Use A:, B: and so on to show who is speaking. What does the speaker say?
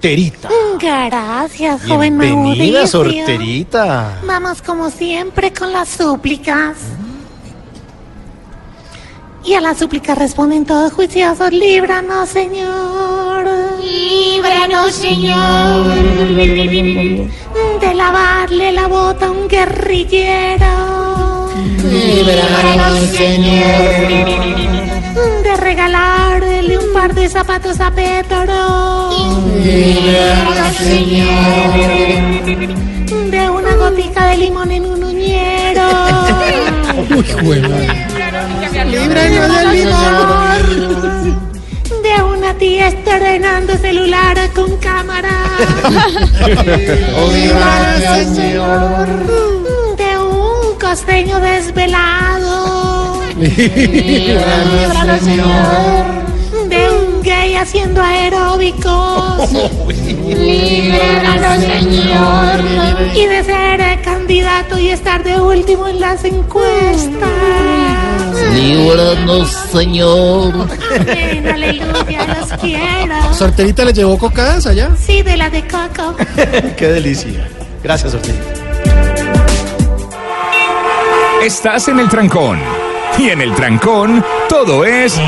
A: Sorterita.
B: Gracias, joven
A: Bienvenida,
B: Mauricio.
A: Sorterita.
B: Vamos como siempre con las súplicas. Y a las súplicas responden todos juiciosos, líbranos, Señor. Líbranos, Señor. De lavarle la bota a un guerrillero. Líbranos, Señor. De regalarle un par de zapatos a Pedro. De una gotica de limón en un uñero. De una tía estrenando celular con cámara. De un costeño desvelado. De un gay haciendo aeróbicos. Y de ser eh, candidato y estar de último en las encuestas.
C: Líbranos, Señor.
B: Amén, aleluya, los quiero.
D: ¿Sorterita le llevó cocadas allá?
B: Sí, de la de Coco.
A: Qué delicia. Gracias, Sorterita.
E: Estás en el trancón. Y en el trancón, todo es.